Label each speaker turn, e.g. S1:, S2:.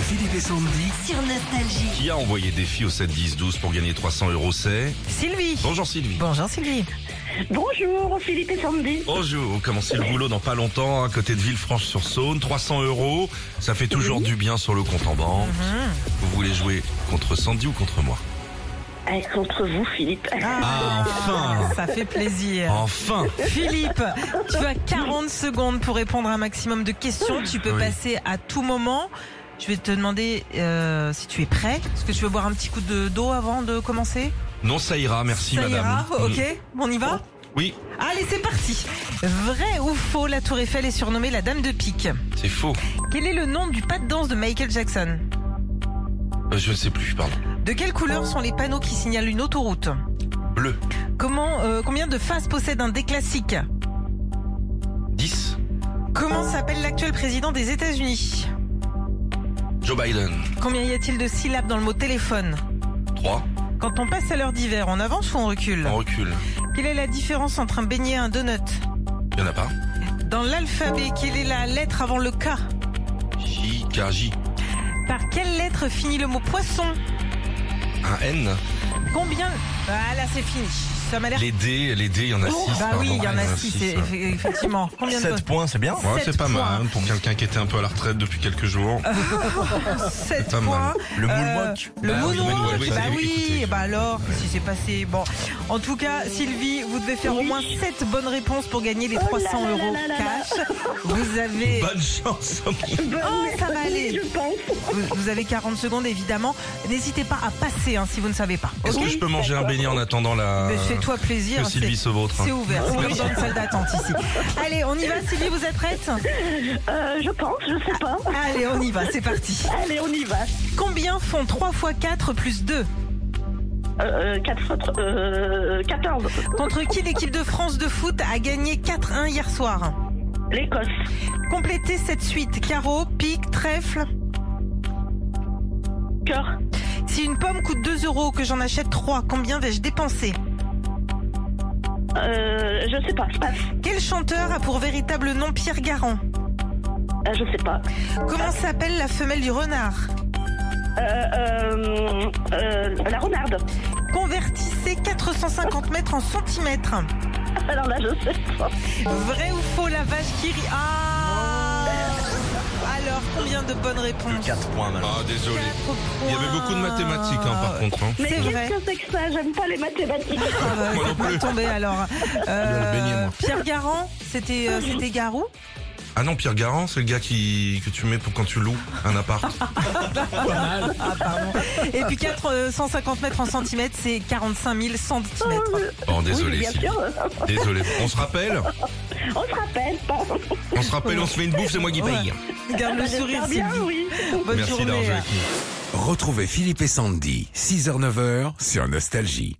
S1: Philippe et Sandy
S2: sur Nostalgie.
S3: Qui a envoyé des filles au 7 10 12 pour gagner 300 euros C'est
S4: Sylvie.
S3: Bonjour Sylvie.
S4: Bonjour Sylvie.
S5: Bonjour Philippe et Sandy.
S3: Bonjour. Vous commencez le boulot dans pas longtemps, à côté de Villefranche-sur-Saône. 300 euros, ça fait toujours du bien sur le compte en banque. Vous voulez jouer contre Sandy ou contre moi
S5: Euh, Contre vous Philippe.
S3: Ah enfin
S4: Ça fait plaisir.
S3: Enfin
S4: Philippe, tu as 40 secondes pour répondre à un maximum de questions. Tu peux
S3: Oui.
S4: passer à tout moment. Je vais te demander euh, si tu es prêt. Est-ce que tu veux boire un petit coup de d'eau avant de commencer
S3: Non, ça ira, merci
S4: Ça
S3: madame. Mm.
S4: ira Ok, on y va
S3: Oui,
S4: Allez, c'est parti. Vrai ou faux, la Tour Eiffel est surnommée la Dame de Pique.
S3: c'est faux.
S4: Quel est le nom du pas de danse de Michael Jackson
S3: Euh, je ne sais plus, pardon.
S4: De quelle couleur sont les panneaux qui signalent une autoroute
S3: Bleu.
S4: Comment, euh, Combien de faces possède un dé classique
S3: 10.
S4: Comment s'appelle l'actuel président des États-Unis
S3: Joe Biden.
S4: Combien y a-t-il de syllabes dans le mot téléphone
S3: 3.
S4: Quand on passe à l'heure d'hiver, on avance ou on recule
S3: On recule.
S4: Quelle est la différence entre un beignet et un donut
S3: Il n'y en a pas
S4: Dans l'alphabet, quelle est la lettre avant le K
S3: J, K, J.
S4: Par quelle lettre finit le mot poisson
S3: Un N.
S4: Combien Ah là, c'est fini. Ça m'a l'air.
S3: Les D, les D, il y en a 6.
S4: bah oui, il y en a six, et- eff- effectivement. Combien de
S6: 7 points, c'est bien.
S3: Ouais,
S4: Sept
S3: c'est pas
S4: points.
S3: mal hein, pour quelqu'un qui était un peu à la retraite depuis quelques jours.
S4: 7
S3: pas mal.
S4: points.
S6: Le
S4: Euh,
S6: moonwalk.
S4: Le
S3: Bah oui,
S4: moonwalk,
S3: oui,
S4: bah
S3: oui,
S4: oui,
S3: écoutez,
S4: bah
S3: je-
S4: alors, qu'est-ce qui s'est passé Bon, en tout cas, Sylvie, vous devez faire au moins 7 bonnes réponses pour gagner les
S5: Oh là
S4: 300
S5: là
S4: euros
S5: là là là.
S4: cash. Vous avez,
S3: Bonne chance.
S4: Oh, ça va aller.
S5: Je pense.
S4: vous, vous avez 40 secondes évidemment. N'hésitez pas à passer hein, si vous ne savez pas.
S3: Est-ce que je peux manger un beignet en attendant la
S4: Mais Fais-toi plaisir.
S3: Ah, que Sylvie
S4: c'est-
S3: se vautre hein.
S4: C'est ouvert, c'est ouvert dans une salle d'attente ici. Allez, on y va, Sylvie, vous êtes prête
S5: Euh, je pense, je sais pas.
S4: Allez, on y va, c'est parti.
S5: Allez, on y va.
S4: Combien font 3 x 4 plus 2
S5: Euh, 4, euh, 14.
S4: Contre qui l'équipe de France de foot a gagné 4-1 hier soir
S5: L'Écosse.
S4: Complétez cette suite. Carreau, pique, trèfle.
S5: Cœur.
S4: Si une pomme coûte 2 euros, que j'en achète 3, combien vais-je dépenser
S5: Euh, je sais pas. Je passe.
S4: Quel chanteur a pour véritable nom Pierre Garand
S5: Euh, je sais pas.
S4: Comment s'appelle la femelle du renard
S5: Euh, euh, euh, la renarde.
S4: Convertissez 450 mètres en centimètres.
S5: Alors là, je sais pas.
S4: Vrai ou faux, la vache qui rit Ah Alors, combien de bonnes réponses
S6: 4 points, malheureusement.
S3: Ah désolé.
S4: Quatre
S3: Il y avait
S4: points.
S3: beaucoup de mathématiques hein, par contre. hein.
S5: Mais
S4: Ah. C'est vrai.
S5: qu'est-ce que c'est que ça J'aime pas les mathématiques.
S4: Ah bah,
S3: Moi
S4: c'est
S3: non plus.
S4: pas tombé alors. Euh,
S6: le baigner, moi.
S4: Pierre Garand, c'était euh, c'était Garou
S3: Ah non, Pierre Garand, c'est le gars qui que tu mets pour quand tu loues un appart.
S4: Ah, pardon. Et puis 450 mètres en centimètres, c'est 45 000 centimètres.
S3: Bon,
S5: oui,
S3: désolé.
S5: bien
S3: Sylvie.
S5: sûr.
S3: Désolé. On se rappelle
S5: On se rappelle. Pardon.
S3: On se rappelle, on se fait une bouffe, c'est moi qui paye.
S4: Garde le
S5: J'espère
S4: sourire,
S5: bien,
S4: Sylvie.
S5: oui.
S4: Bonne
S3: Merci
S4: journée. hein.
S3: d'avoir joué avec nous.
S1: Retrouvez Philippe et Sandy, 6h-9h sur Nostalgie.